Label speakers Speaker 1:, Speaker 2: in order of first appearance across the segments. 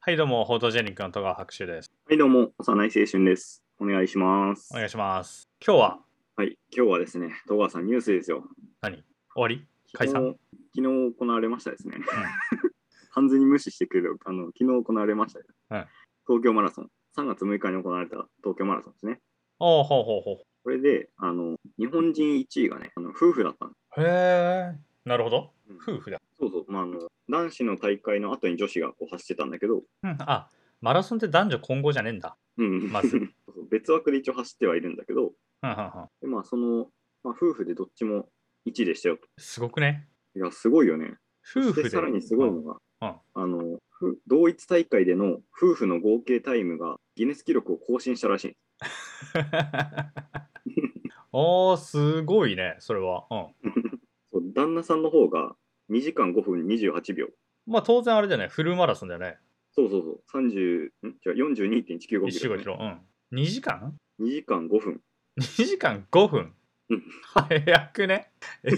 Speaker 1: はい、どうも、フォトジェニックの戸川博修です。
Speaker 2: はい、どうも、幼い青春です。お願いします。
Speaker 1: お願いします。今日は
Speaker 2: はい、今日はですね、戸川さん、ニュースですよ。
Speaker 1: 終わり
Speaker 2: 昨
Speaker 1: 解
Speaker 2: 日
Speaker 1: 散
Speaker 2: 昨日行われましたですね。 完全に無視してくれる、あの昨日行われました、
Speaker 1: うん
Speaker 2: 東京マラソン、3月6日に行われた東京マラソンですね。
Speaker 1: おおほうほうほ
Speaker 2: これで、あの日本人1位がね、あの夫婦だったの、
Speaker 1: う。へえ。なるほど。
Speaker 2: うん
Speaker 1: 夫婦だ。
Speaker 2: そうそう、まああの、男子の大会の後に女子がこう走ってたんだけど、
Speaker 1: うん。あ、マラソンって男女混合じゃねえんだ。
Speaker 2: うん
Speaker 1: まず
Speaker 2: そうそう別枠で一応走ってはいるんだけど、
Speaker 1: うんうんうん。
Speaker 2: でまあ、その、まあ、夫婦でどっちも1位でしたよ。
Speaker 1: すごくね。
Speaker 2: いや、すごいよね。
Speaker 1: 夫婦
Speaker 2: で
Speaker 1: で。
Speaker 2: さらにすごいのが、
Speaker 1: うん
Speaker 2: あのふ同一大会での夫婦の合計タイムがギネス記録を更新したらしい。
Speaker 1: おお、すごいね、それは。うん。
Speaker 2: そう旦那さんの方が2時間5分28秒。
Speaker 1: まあ当然あれだよね、フルマラソンだよね。
Speaker 2: そうそうそう、30ん違う42.195キロ、ね。
Speaker 1: 1 5キロ。うん。2時間
Speaker 2: 2時間5分。
Speaker 1: ?2 時間5分
Speaker 2: うん。
Speaker 1: 早くね。え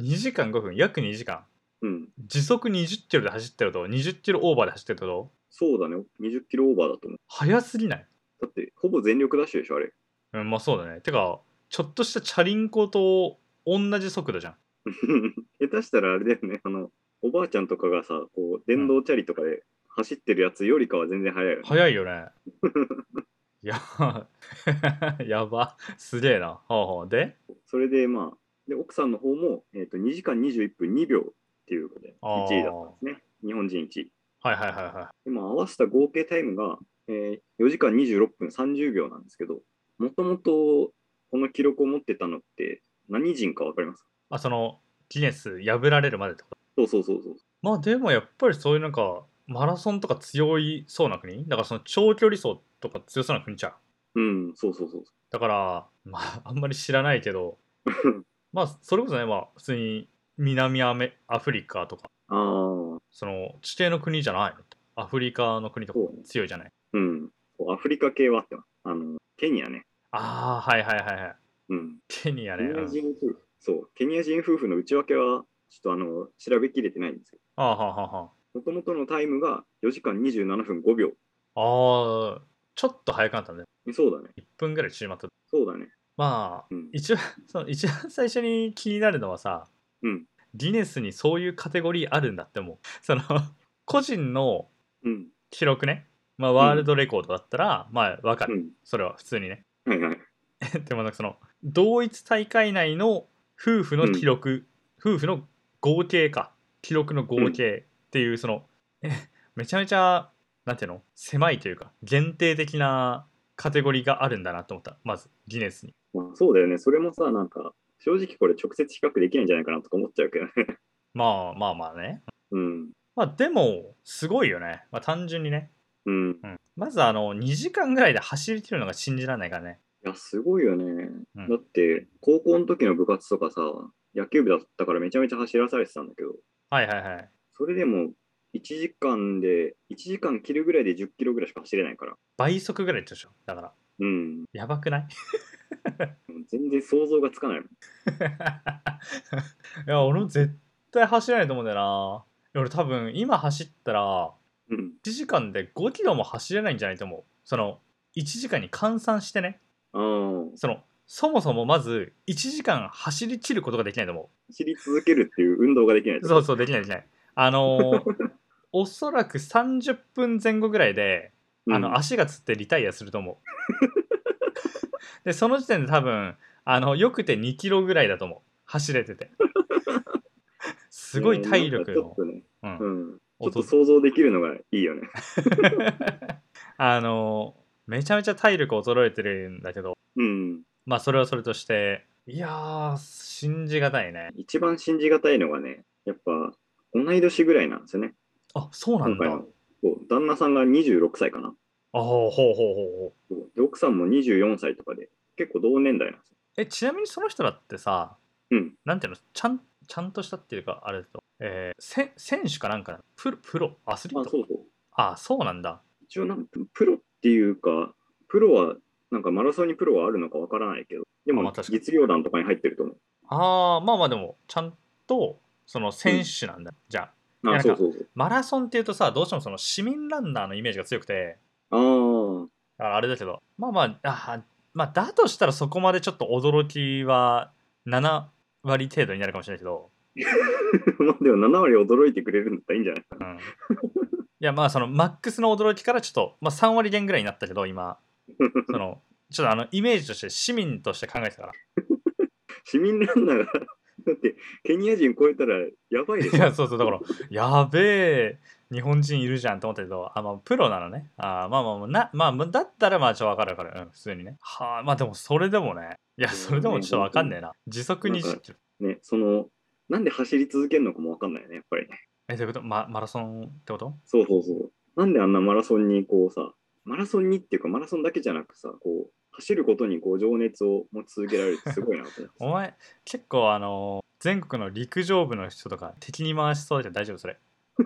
Speaker 1: ?2 時間5分、約2時間。
Speaker 2: うん、
Speaker 1: 時速20キロで走ってると20キロオーバーで走ってると
Speaker 2: そうだね、20キロオーバーだと思う。
Speaker 1: 速すぎない、
Speaker 2: だって、ほぼ全力ダッシュでしょ、あれ。
Speaker 1: うん、まあそうだねてかちょっとしたチャリンコと同じ速度じゃん
Speaker 2: 下手したらあれだよね、あの、おばあちゃんとかがさ、こう、電動チャリとかで走ってるやつよりかは全然速いよね。
Speaker 1: 速いよ ねや やばすげえなほうほうで
Speaker 2: それでまあ、で奥さんの方も、えー、と2時間21分2秒っていうことで、
Speaker 1: あー
Speaker 2: 1位だったんですね。日本人1位。
Speaker 1: はいはいはいはい
Speaker 2: でまあ合わせた合計タイムが、えー4時間26分30秒なんですけど、もともとこの記録を持ってたのって何人か分かります
Speaker 1: あそのギネス破られるまでってこと
Speaker 2: そうそうそうそう。
Speaker 1: まあでもやっぱりそういうなんかマラソンとか強いそうな国だからその長距離走とか強そうな国じゃん
Speaker 2: うん、そうそうそう。
Speaker 1: だから、まあ、 あんまり知らないけど、まあ、それこそね、まあ、普通に南アメアフリカとか、
Speaker 2: ああ、
Speaker 1: その地形の国じゃないのアフリカの国とか
Speaker 2: そうね
Speaker 1: 強いじゃない
Speaker 2: うん。こうアフリカ系はあってます。あの、ケニアね。
Speaker 1: ああ、はいはいはいはい。
Speaker 2: うん。
Speaker 1: ケニア
Speaker 2: ケ
Speaker 1: ね。
Speaker 2: ニア
Speaker 1: うん
Speaker 2: 人夫婦。そう。ケニア人夫婦の内訳は、ちょっとあの、調べきれてないんですけど
Speaker 1: ああ、はあはあは
Speaker 2: もともとのタイムが4時間27分5秒。
Speaker 1: あ。ああ、ちょっと早かったね。
Speaker 2: そうだね。
Speaker 1: 1分ぐらい縮まった。
Speaker 2: そうだね。
Speaker 1: まあ、
Speaker 2: うん。
Speaker 1: 一番、 その一番最初に気になるのはさ、
Speaker 2: うん。
Speaker 1: ギネスにそういうカテゴリーあるんだって思う。その、個人の
Speaker 2: うん。
Speaker 1: 記録ね。まあ、ワールドレコードだったら、まあ、わか
Speaker 2: う
Speaker 1: る。
Speaker 2: ん。
Speaker 1: それは普通にね。
Speaker 2: はいはい。
Speaker 1: でもなんかその同一大会内の夫婦の記録、夫婦の合計か記録の合計っていうその、え めちゃめちゃなんていうの狭いというか限定的なカテゴリーがあるんだなと思ったまずギネスに
Speaker 2: まあ、そうだよね。それもさ、なんか、正直これ直接比較できないんじゃないかなとか思っちゃうけどね。
Speaker 1: まあまあまあね
Speaker 2: うん。
Speaker 1: まあでもすごいよね、まあ、単純にね、
Speaker 2: うん。い
Speaker 1: うん、まずあの2時間ぐらいで走りきるのが信じられないからね
Speaker 2: や、すごいよね。
Speaker 1: うん
Speaker 2: だって、高校の時の部活とかさ、野球部だったからめちゃめちゃ走らされてたんだけど、
Speaker 1: はいはいはい
Speaker 2: それでも、1時間で、1時間切るぐらいで10キロぐらいしか走れないから。
Speaker 1: 倍速ぐらいでしょだから
Speaker 2: うん。
Speaker 1: やばくない
Speaker 2: 全然想像がつかない。
Speaker 1: いや俺も絶対走れないと思うんだよないや俺多分今走ったら
Speaker 2: うん。
Speaker 1: 1時間で5キロも走れないんじゃないと思うその1時間に換算してね
Speaker 2: ああ、
Speaker 1: そのそもそもまず1時間走り切ることができないと思。
Speaker 2: 走り続けるっていう運動ができないう
Speaker 1: そうそうできないできないあのーおそらく30分前後ぐらいであ
Speaker 2: う
Speaker 1: の
Speaker 2: ん
Speaker 1: 足がつってリタイアすると思う でその時点で多分あのよくて2キロぐらいだと思う走れててすごい体力
Speaker 2: ねなんか
Speaker 1: の
Speaker 2: ちょっとね、
Speaker 1: うん
Speaker 2: うん。ちょっ
Speaker 1: 音
Speaker 2: と想像できるのがいいよね。
Speaker 1: あのめちゃめちゃ体力衰えてるんだけど
Speaker 2: うん。
Speaker 1: まあそれはそれとしていやー信じがたいね
Speaker 2: 一番信じがたいのがね、やっぱ、同い年ぐらいなんですよね。
Speaker 1: あそうなん
Speaker 2: 今
Speaker 1: だ
Speaker 2: 回
Speaker 1: ああ
Speaker 2: の。そう旦那さんが26歳かな。
Speaker 1: ほうほうほうほう
Speaker 2: そうで、奥さんも24歳とかで、結構同年代なんですよ。
Speaker 1: えちなみにその人だってさ
Speaker 2: うん。
Speaker 1: なんていうのちゃんちゃんとしたっていうかあれだと、えー、せ選手かなんかなプロプロアスリー
Speaker 2: あ、
Speaker 1: ト
Speaker 2: そうそう。
Speaker 1: ああそうなんだ
Speaker 2: 一応なんか、プロっていうか、プロは、なんかマラソンにプロはあるのかわからないけど、で
Speaker 1: あ
Speaker 2: も
Speaker 1: まあ確かに
Speaker 2: 実業団とかに入ってると思う。
Speaker 1: ああまあまあでもちゃんとその選手なんだ、じゃあな
Speaker 2: あ、
Speaker 1: んか
Speaker 2: そうそうそう。
Speaker 1: マラソンっていうとさどうしてもその市民ランナーのイメージが強くて
Speaker 2: ああ、
Speaker 1: だからあれだけどまあまああーまあだとしたらそこまでちょっと驚きは7割程度になるかもしれないけど、
Speaker 2: まあでも7割驚いてくれるんだったらいいんじゃないか
Speaker 1: う
Speaker 2: な。
Speaker 1: ん、いやまあそのマックスの驚きからちょっと、まあ、3割減ぐらいになったけど 今そのちょっとあのイメージとして市民として考えてたから
Speaker 2: 市民ランナーが 、だってケニア人超えたらやばい で
Speaker 1: い
Speaker 2: しょ。
Speaker 1: やそうそうだからやべえ日本人いるじゃんと思ったけどあまあプロなのねあまあまあまあなまあだったらまあちょっと分かる分かる、うん、普通にねはあまあでもそれでもねいやそれでもちょっと分かんねえな時速
Speaker 2: なんか
Speaker 1: 20キロ
Speaker 2: ね、その、なんで走り続けるのかもわかんないよね、やっぱりね。
Speaker 1: えどういうこと、ま、マラソンってこと
Speaker 2: そうそうそう。なんであんなマラソンにこうさ、マラソンにっていうかマラソンだけじゃなくさ、こう、走ることにこう情熱を持ち続けられるってすごいなと思って
Speaker 1: お前結構あの全国の陸上部の人とか敵に回しそうだけど大丈夫それ
Speaker 2: い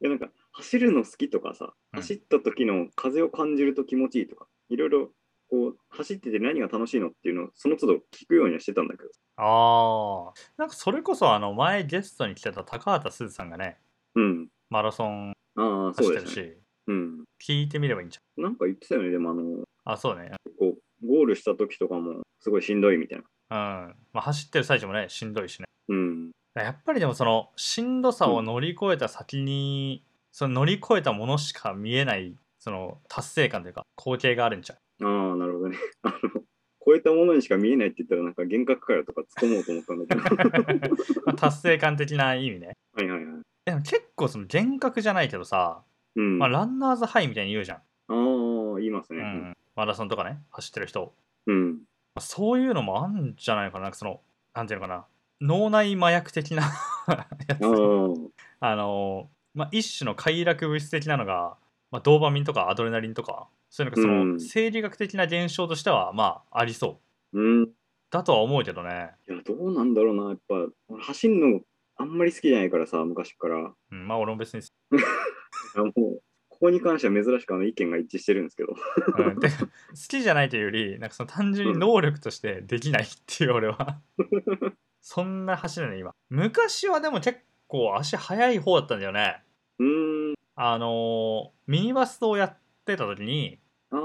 Speaker 2: やなんか走るの好きとかさ、
Speaker 1: うん
Speaker 2: 走った時の風を感じると気持ちいいとか、いろいろこう、走ってて何が楽しいのっていうのをその都度聞くようにはしてたんだけど、
Speaker 1: ああなんかそれこそあの前ゲストに来てた高畑すずさんがね
Speaker 2: うん。
Speaker 1: マラソン
Speaker 2: ああ、そ
Speaker 1: 走っ
Speaker 2: う
Speaker 1: て
Speaker 2: で
Speaker 1: る
Speaker 2: す
Speaker 1: し、
Speaker 2: ね。うん。
Speaker 1: 聞いてみればいいんじ
Speaker 2: なんか言ってたよね、でもあの、
Speaker 1: ゃんあそうね
Speaker 2: こう、ゴールした時とかもすごいしんどいみたいな。
Speaker 1: うんまあ走ってる最中もねしんどいしね
Speaker 2: うん。
Speaker 1: やっぱりでもそのしんどさを乗り越えた先に、その乗り越えたものしか見えないその達成感というか光景があるんちゃ
Speaker 2: ああ、なるほどね。 あの、超えたものにしか見えないって言ったらなんか幻覚かよとか突っ込もうと思ったんだけ ど。
Speaker 1: う まあ達成感的な意味ね
Speaker 2: はいはいはい。
Speaker 1: でも結構その幻覚じゃないけどさ、
Speaker 2: うん。
Speaker 1: まあ、
Speaker 2: あ
Speaker 1: ランナーズハイみたいに言うじゃん、
Speaker 2: あー、言います
Speaker 1: う
Speaker 2: ね。うん。
Speaker 1: ん、マラソンとかね走ってる人、ま
Speaker 2: うん、
Speaker 1: あそういうのもあんじゃないのかななんかそのなんていうのかな脳内麻薬的な や
Speaker 2: あ
Speaker 1: つ
Speaker 2: あ、
Speaker 1: あのーまあ、一種の快楽物質的なのが、まあ、ドーパミンとかアドレナリンとかそういうのがその、
Speaker 2: うん
Speaker 1: 生理学的な現象としてはまあありそう
Speaker 2: うん。い
Speaker 1: だとは思うけどね、
Speaker 2: や、どうなんだろうな。やっぱ、俺走るのあんまり好きじゃないからさ、昔から。い
Speaker 1: うん、まあ俺も別に、
Speaker 2: やもう、ここに関しては珍しくあの意見が一致してるんですけど。
Speaker 1: うん、てか好きじゃないというよりなんかその単純に能力としてできないっていう俺 はそんな走るね今昔はでも結構足速い方だったんだよね
Speaker 2: うーん。
Speaker 1: あのーミニバスをやってた時に
Speaker 2: あ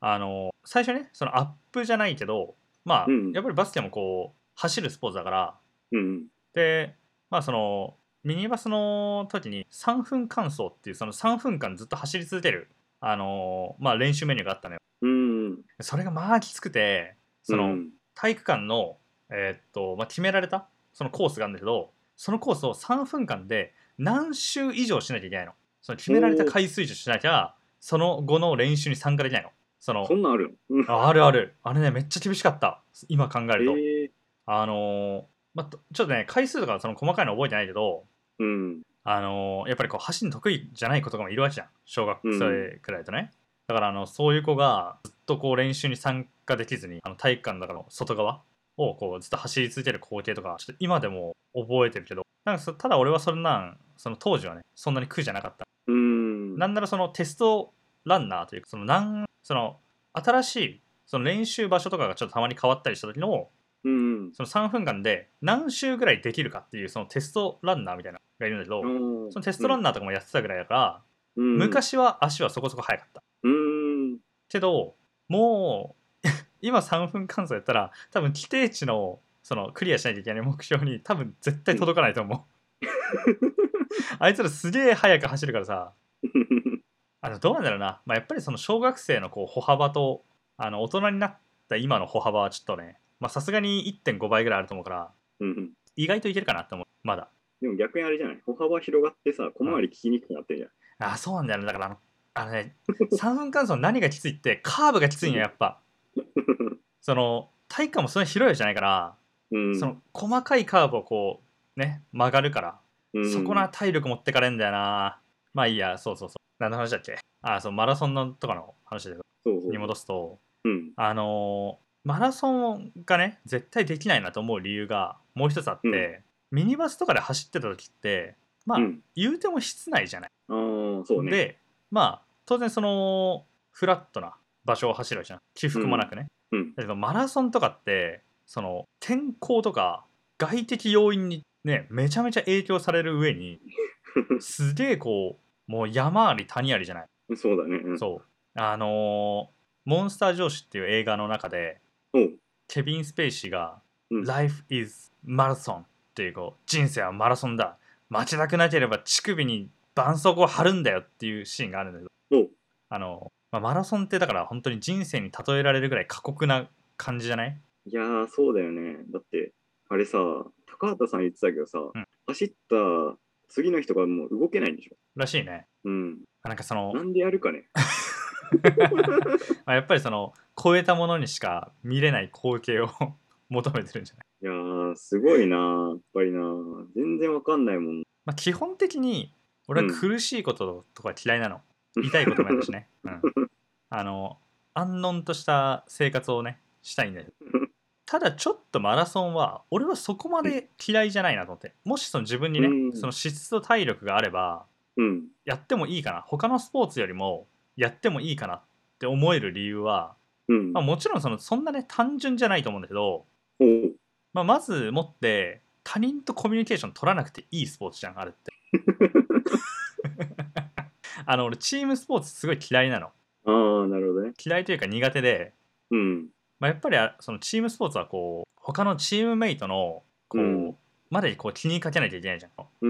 Speaker 2: あ、
Speaker 1: あの最初ねそのアップじゃないけどまあ、
Speaker 2: うん
Speaker 1: やっぱりバスケもこう走るスポーツだから
Speaker 2: うん。
Speaker 1: でまあそのミニバスの時に3分間走っていうその3分間ずっと走り続けるあのまあ練習メニューがあったのよ
Speaker 2: うん。
Speaker 1: それがまあきつくてその、
Speaker 2: うん
Speaker 1: 体育館のえーっと、まあ、決められたそのコースがあるんだけどそのコースを3分間で何周以上しなきゃいけないのその決められた回数以上しなきゃその後の練習に参加できないのその
Speaker 2: そんなんあるの
Speaker 1: ああるある。あれね、めっちゃ厳しかった。今考えると。
Speaker 2: ええ
Speaker 1: あのーまあ、とちょっとね、回数とかはその細かいの覚えてないけど、
Speaker 2: うん。
Speaker 1: あのーやっぱりこう、走るの得意じゃない子とかもいるわけじゃん。小学生くらいだとね。だから、あの、そういう子がずっとこう、練習に参加できずに、あの体育館の中の外側をこう、ずっと走り続ける光景とか、ちょっと今でも覚えてるけど、なんかそただ俺はそんなん、その当時はね、そんなに苦じゃなかった。
Speaker 2: うん。
Speaker 1: なんならそのテストランナーというかそのなんその新しいその練習場所とかがちょっとたまに変わったりした時の
Speaker 2: うん。
Speaker 1: その3分間で何周ぐらいできるかっていうそのテストランナーみたいなのがいるんだけど、そのテストランナ
Speaker 2: ナ
Speaker 1: ーとかもやってたぐらいだから、
Speaker 2: ー、
Speaker 1: 昔は足はそこそこ速かった
Speaker 2: うん。うん。
Speaker 1: けどもう 今3分間走やったら多分規定値のそのクリアしなきゃいけない目標に多分絶対届かないと思う、あいつらすげえ速く走るからさあのどうなんだろうな、まあ、やっぱりその小学生のこう歩幅とあの大人になった今の歩幅はちょっとねまあさすがに1.5倍ぐらいあると思うから
Speaker 2: うん。
Speaker 1: 意外といけるかなって思うまだ
Speaker 2: でも逆にあれじゃない歩幅広がってさ、小回り聞きにくくなってるじゃん。
Speaker 1: あそうなんだよねだからあのあの ね3分間走の何がきついってカーブがきついんよやっぱその体育館もそんな広いじゃないから、
Speaker 2: うん、
Speaker 1: その細かいカーブをこうね曲がるから、
Speaker 2: うん
Speaker 1: そこな体力持ってかれんだよなまあいいやそうそうそう何の話だっけあそうマラソンのとかの話だけど
Speaker 2: そうそう
Speaker 1: に戻すと
Speaker 2: うん
Speaker 1: あのーマラソンがね絶対できないなと思う理由がもう一つあって、ミニバスとかで走ってた時ってまあ、
Speaker 2: うん
Speaker 1: 言うても室内じゃない。
Speaker 2: ああ、そうね。
Speaker 1: でまあ当然そのフラットな場所を走るわけじゃん起伏もなくね。
Speaker 2: うん、
Speaker 1: だけどマラソンとかってその 天候とか外的要因にねめちゃめちゃ影響される上にすげえこうもう山あり谷ありじゃない、
Speaker 2: そうだね。うん、
Speaker 1: そうあのーモンスター上司」っていう映画の中で
Speaker 2: おう
Speaker 1: ケビン・スペイシーが「
Speaker 2: うん
Speaker 1: Life is マラソン」っていうこう人生はマラソンだ待ちたくなければ乳首に絆創膏を貼るんだよっていうシーンがあるんだけど
Speaker 2: おう
Speaker 1: あの、まあ、マラソンってだから本当に人生に例えられるぐらい過酷な感じじゃない
Speaker 2: いやー、そうだよね。だって、あれさ、高畑さん言ってたけどさ、
Speaker 1: ん
Speaker 2: 走った次の人がもう動けないんでしょ。
Speaker 1: らしいね
Speaker 2: うん。
Speaker 1: なんかその
Speaker 2: な、んでやるかね。
Speaker 1: まあ、やっぱりその超えたものにしか見れない光景を 求めてるんじゃない、
Speaker 2: いやー、すごいなー、やっぱりなー。全然わかんないもん。
Speaker 1: まあ、基本的に俺は苦しいこととか嫌い なの、痛いこともやるしね、うん、あの安穏とした生活をねした いんだけどただちょっとマラソンは俺はそこまで嫌いじゃないなと思ってもしその自分にね
Speaker 2: うん
Speaker 1: その資質と体力があれば
Speaker 2: うん。
Speaker 1: やってもいいかな他のスポーツよりもやってもいいかなって思える理由は、
Speaker 2: うん。
Speaker 1: まあ、もちろんそのそんなね単純じゃないと思うんだけど、
Speaker 2: おう
Speaker 1: まあ、まずもって他人とコミュニケーション取らなくていいスポーツじゃんあれって あの俺チームスポーツすごい嫌いなの
Speaker 2: あー、なるほどね。
Speaker 1: 嫌いというか苦手で、
Speaker 2: うん。
Speaker 1: まあ、やっぱりあそのチームスポーツはこう他のチームメイトのこう、
Speaker 2: うん
Speaker 1: までこう気にかけなきゃいけないじゃん
Speaker 2: う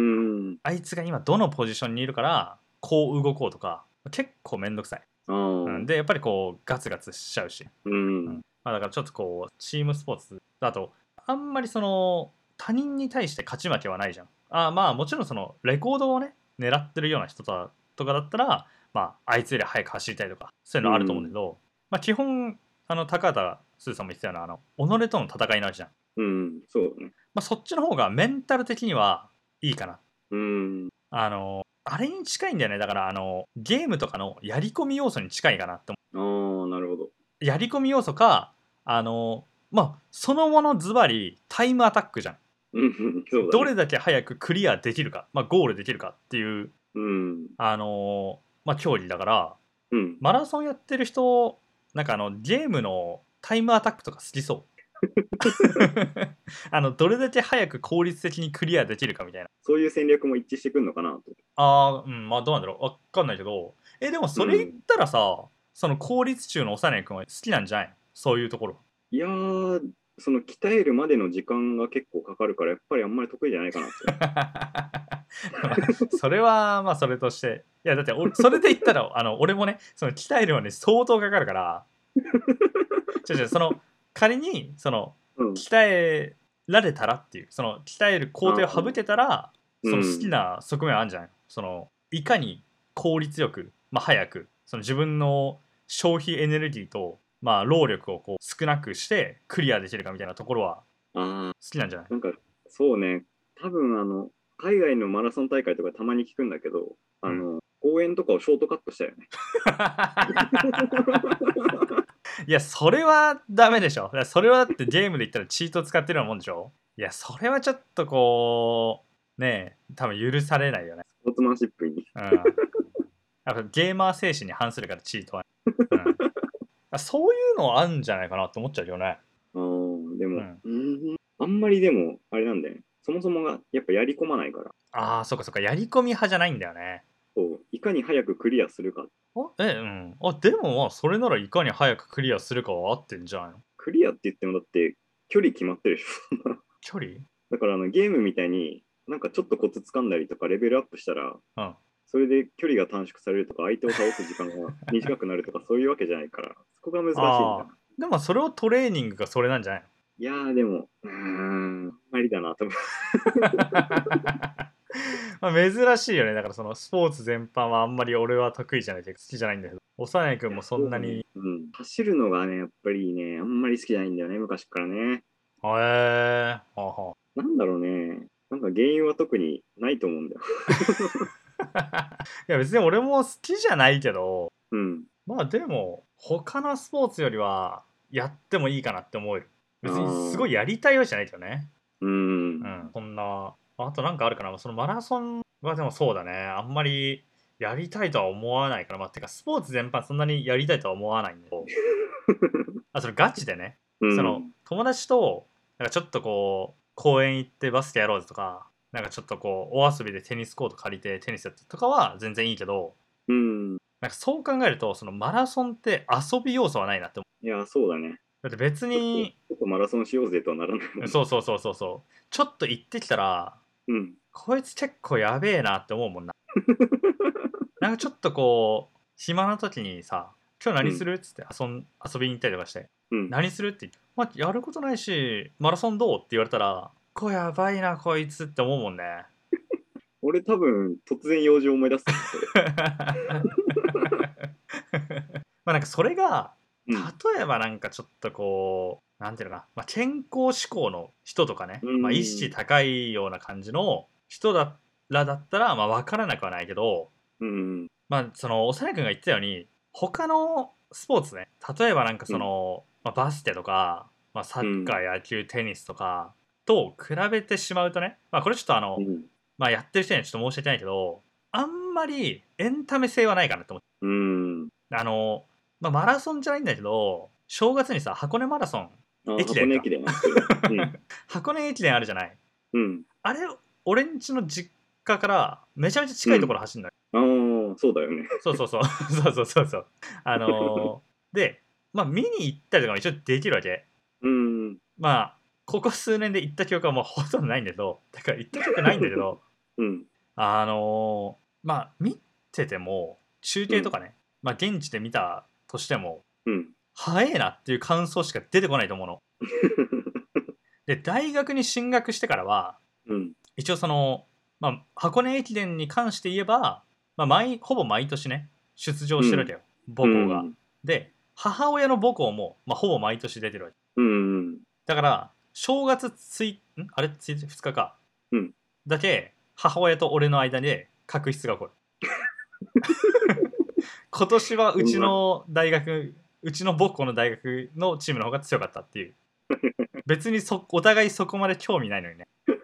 Speaker 2: ん。
Speaker 1: あいつが今どのポジションにいるからこう動こうとか結構めんどくさい、
Speaker 2: あ
Speaker 1: うん
Speaker 2: ー。
Speaker 1: でやっぱりこうガツガツしちゃうし、
Speaker 2: うん。
Speaker 1: まあ、だからちょっとこうチームスポーツだとあんまりその他人に対して勝ち負けはないじゃんあまあもちろんそのレコードをね狙ってるような人とはとかだったらまああいつより早く走りたいとかそういうのあると思うんだけど、まあ基本あの高畑すーさんも言ってたようなあの己との戦いなわけじゃん、
Speaker 2: うん。そうだね。
Speaker 1: まあ、そっちの方がメンタル的にはいいかな
Speaker 2: うん。
Speaker 1: あのあれに近いんだよねだからあのゲームとかのやり込み要素に近いかなって思う
Speaker 2: あー、なるほど。
Speaker 1: やり込み要素かあのまあそのものズバリタイムアタックじゃん、
Speaker 2: うん。そうだね。
Speaker 1: どれだけ早くクリアできるか、まあ、ゴールできるかっていう
Speaker 2: うん。
Speaker 1: あのまあ競技だから
Speaker 2: うん。
Speaker 1: マラソンやってる人なんかあのゲームのタイムアタックとか好きそう あのどれだけ早く効率的にクリアできるかみたいな
Speaker 2: そういう戦略も一致してくるのかなと。
Speaker 1: あーうんまあどうなんだろうわかんないけどえでもそれ言ったらさ、その効率中の幼い君は好きなんじゃないのそういうところ
Speaker 2: いやー、その鍛えるまでの時間が結構かかるから、やっぱりあんまり得意じゃな いかなって。
Speaker 1: まあ それはまあそれとしていやだっておそれで言ったら あの俺もねその鍛えるのに相当かかるから違う違うその仮にその
Speaker 2: うん。
Speaker 1: 鍛えられたらっていうその鍛える工程を省けたら
Speaker 2: うん
Speaker 1: その好きな側面はあるんじゃないそのいかに効率よく、まあ、早くその自分の消費エネルギーと、まあ、労力をこう少なくしてクリアできるかみたいなところは
Speaker 2: あ
Speaker 1: 好きなんじゃない
Speaker 2: ー、なんか、そうね、多分あの、海外のマラソン大会とかたまに聞くんだけど、あの、公園とかをショートカットしたよね。
Speaker 1: いや、それはダメでしょ。だからそれはだってゲームで言ったらチート使ってるようなもんでしょ。いや、それはちょっとこう、ねえ、多分許されないよね。
Speaker 2: スポーツマンシップに。
Speaker 1: うん。やっぱゲーマー精神に反するからチートは。うん、そういうのあるんじゃないかなと思っちゃうよね。
Speaker 2: あー、でも、
Speaker 1: う
Speaker 2: うんーんあんまりでも、あれなんだよね。そもそもが、やっぱやり込まないから。
Speaker 1: ああ、そっかそっか、やり込み派じゃないんだよね。
Speaker 2: そういかに早くクリアするか。
Speaker 1: あえ、うん。あ、でもまあ、それならいかに早くクリアするかは合ってんじゃないの
Speaker 2: クリアって言ってもだって、距離決まってるでしょ。
Speaker 1: 距離
Speaker 2: だからあのゲームみたいになんかちょっとコツ掴んだりとかレベルアップしたら、
Speaker 1: うん
Speaker 2: それで距離が短縮されるとか相手を倒す時 間が短くなるとかそういうわけじゃないからそこが難しいん
Speaker 1: あ
Speaker 2: だ
Speaker 1: ーでもそれをトレーニングがそれなんじゃないの
Speaker 2: いやーでもうーんありだな多分
Speaker 1: まあ珍しいよねだからそのスポーツ全般はあんまり俺は得意じゃないというか好きじゃないんだけど幼い君もそんなに、
Speaker 2: うん、走るのがねやっぱりねあんまり好きじゃないんだよね昔からね
Speaker 1: へえー、はあは
Speaker 2: なんだろうねなんか原因は特にないと思うんだよ
Speaker 1: あいや別に俺も好きじゃないけど
Speaker 2: うん
Speaker 1: まあでも他のスポーツよりはやってもいいかなって思える別にすごいやりたいわけじゃないけどね
Speaker 2: うーん
Speaker 1: うんそんなあとなんかあるかなそのマラソンはでもそうだねあんまりやりたいとは思わないからまあてかスポーツ全般そんなにやりたいとは思わないんだけ どあそれガチでね
Speaker 2: うん
Speaker 1: その友達となんかちょっとこう公園行ってバスケやろうぜとかなんかちょっとこうお遊びでテニスコート借りてテニスやったとかは全然いいけど
Speaker 2: うん。
Speaker 1: なんかそう考えるとそのマラソンって遊び要素はないなって思
Speaker 2: いや、そうだね。
Speaker 1: うだって別に
Speaker 2: ちょっとマラソンしようぜとはならない。
Speaker 1: そうそうそうそうそうちょっと行ってきたら
Speaker 2: うん。
Speaker 1: こいつ結構やべえなって思うもん ななんかちょっとこう暇な時にさ「今日何する?」っつって遊ん遊びに行ったりとかして
Speaker 2: う
Speaker 1: 「
Speaker 2: ん。
Speaker 1: 何する?」って言って「まあ、やることないしマラソンどう?」って言われたら「こうやばいなこいつ」って思うもんね
Speaker 2: 俺多分、突然用事を思い出す。
Speaker 1: まあなんかそれが
Speaker 2: うん。
Speaker 1: 例えばなんかちょっとこうなんていうのかな、まあ、健康志向の人とかね、
Speaker 2: うん
Speaker 1: まあ、意識高いような感じの人だらだったらまあ分からなくはないけど
Speaker 2: うん。
Speaker 1: まあその幼い君が言ってたように他のスポーツね例えばなんかその、まあ、バスケとか、まあ、サッカー野球テニスとかと比べてしまうとね、まあ、これちょっとあの、
Speaker 2: うん。
Speaker 1: まあ、やってる人にはちょっと申し訳ないけどあんまりエンタメ性はないかなと思って
Speaker 2: うん。
Speaker 1: あの、まあ、マラソンじゃないんだけど正月にさ箱根マラソン
Speaker 2: あ
Speaker 1: 駅
Speaker 2: 箱
Speaker 1: 伝
Speaker 2: 根
Speaker 1: か
Speaker 2: 駅伝やってる。
Speaker 1: 箱根駅伝あるじゃない
Speaker 2: うん。
Speaker 1: あれ俺んちの実家からめちゃめちゃ近いところ走るのよ、
Speaker 2: うん。ああ、そうだよね。
Speaker 1: そうそう そうそうそうそうそうあのーでまあ見に行ったりとかも一応できるわけ
Speaker 2: うん。
Speaker 1: まあここ数年で行った記憶はもうほとんどないんだけどだから行った記憶ないんだけど
Speaker 2: うん。
Speaker 1: あのーまあ見てても中継とかね、まあ現地で見たとしても
Speaker 2: うん。
Speaker 1: 早えなっていう感想しか出てこないと思うので大学に進学してからは
Speaker 2: うん。
Speaker 1: 一応その、まあ、箱根駅伝に関して言えば、まあ、毎ほぼ毎年ね出場してるわけよ、母校が。で母親の母校も、まあ、ほぼ毎年出てるわけ
Speaker 2: うん。
Speaker 1: だから正月ついんあれつい2日か、
Speaker 2: うん
Speaker 1: だけ母親と俺の間で確執が 起こる今年はうちの大学うちの母校の大学のチームの方が強かったっていう別にそお互いそこまで興味ないのにね、うん、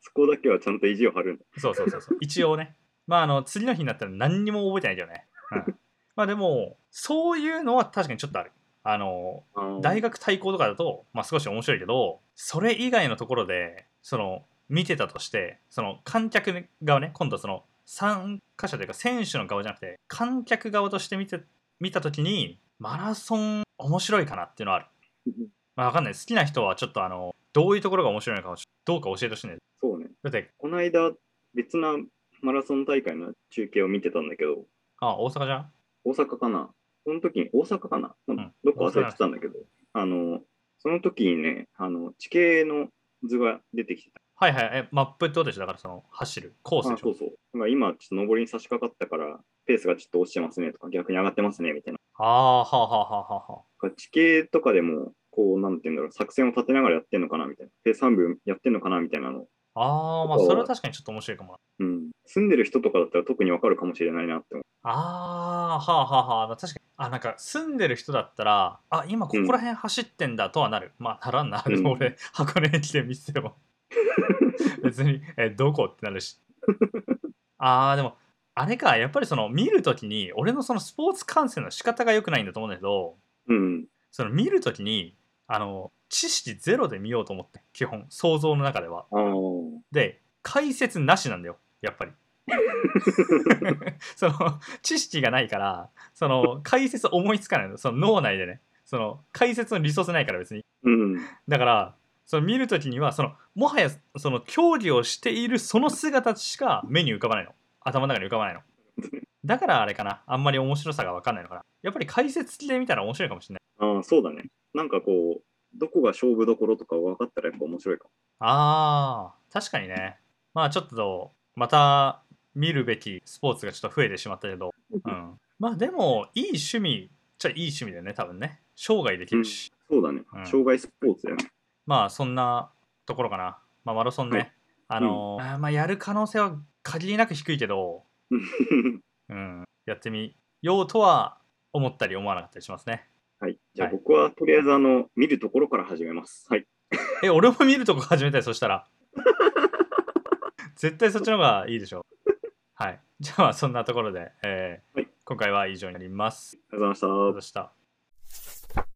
Speaker 2: そこだけはちゃんと意地を張るんだ。
Speaker 1: そうそうそうそう一応ねまああの次の日になったら何にも覚えてないけどね、うん、まあでもそういうのは確かにちょっとあるあの
Speaker 2: あー
Speaker 1: 大学対抗とかだと、まあ、少し面白いけどそれ以外のところでその見てたとしてその観客側ね今度その参加者というか選手の側じゃなくて観客側として見て見た時にマラソン面白いかなっていうのはある、まあ、わかんない好きな人はちょっとあのどういうところが面白いのかをどうか教えてほしいね
Speaker 2: そうね。
Speaker 1: だって
Speaker 2: この間、別なマラソン大会の中継を見てたんだけど、
Speaker 1: あ大阪じゃん
Speaker 2: 大阪かなその時に、大阪かな、
Speaker 1: ん
Speaker 2: どっか忘れてたんだけど、あの、その時にね、あの、地形の図が出てきてた。
Speaker 1: はいはい、えマップってことでしょだからその走るコース
Speaker 2: あ
Speaker 1: でし
Speaker 2: そ
Speaker 1: ょ
Speaker 2: うそう。だから今、ちょっと上りに差し掛かったから、ペースがちょっと落ちてますねとか、逆に上がってますねみたいな。
Speaker 1: ああはあはあはあはあ
Speaker 2: だから地形とかでも、こう、なんていうんだろう、作戦を立てながらやってんのかなみたいな。ペース半分やってんのかなみたいなの。
Speaker 1: ああーまあそれは確かにちょっと面白いかも
Speaker 2: うん。住んでる人とかだったら特にわかるかもしれないなって思
Speaker 1: ああーはあはあはあ確かにあなんか住んでる人だったらあ今ここら辺走ってんだとはなる、まあならんな、
Speaker 2: うん
Speaker 1: でも俺箱根駅伝見てて も別にえどこってなるしああでもあれかやっぱりその見るときに俺のそのスポーツ観戦の仕方が良くないんだと思うんだけど
Speaker 2: う。うん。
Speaker 1: その見るときにあの知識ゼロで見ようと思って基本想像の中では
Speaker 2: ああ。
Speaker 1: で解説なしなんだよやっぱりその知識がないからその解説思いつかないのその脳内でねその解説のリソースないから別に
Speaker 2: うん。
Speaker 1: だからその見るときにはそのもはやその競技をしているその姿しか目に浮かばないの頭の中に浮かばないのだからあれかなあんまり面白さが分かんないのかなやっぱり解説付きで見たら面白いかもしれない
Speaker 2: ああ、そうだね。なんかこう、どこが勝負どころとか分かったらやっぱ面白いかも。
Speaker 1: あー確かにねまあちょっとまた見るべきスポーツがちょっと増えてしまったけど、うん、まあでもいい趣味じゃいい趣味だよね多分ね生涯できるし、
Speaker 2: そうだね。
Speaker 1: うん
Speaker 2: 障害スポーツだよね。
Speaker 1: まあそんなところかな、まあ、マラソンね、
Speaker 2: はい
Speaker 1: あのーあーまあやる可能性は限りなく低いけど、うん、やってみようとは思ったり思わなかったりしますね
Speaker 2: はい。じゃあ
Speaker 1: はい
Speaker 2: 僕はとりあえずあの、見るところから始めます。はい。
Speaker 1: え俺も見るとこ始めたいそしたら絶対そっちの方がいいでしょはいじゃあまあそんなところで、えー
Speaker 2: はい
Speaker 1: 今回は以上になります
Speaker 2: ありがとうございました
Speaker 1: ありがとうございました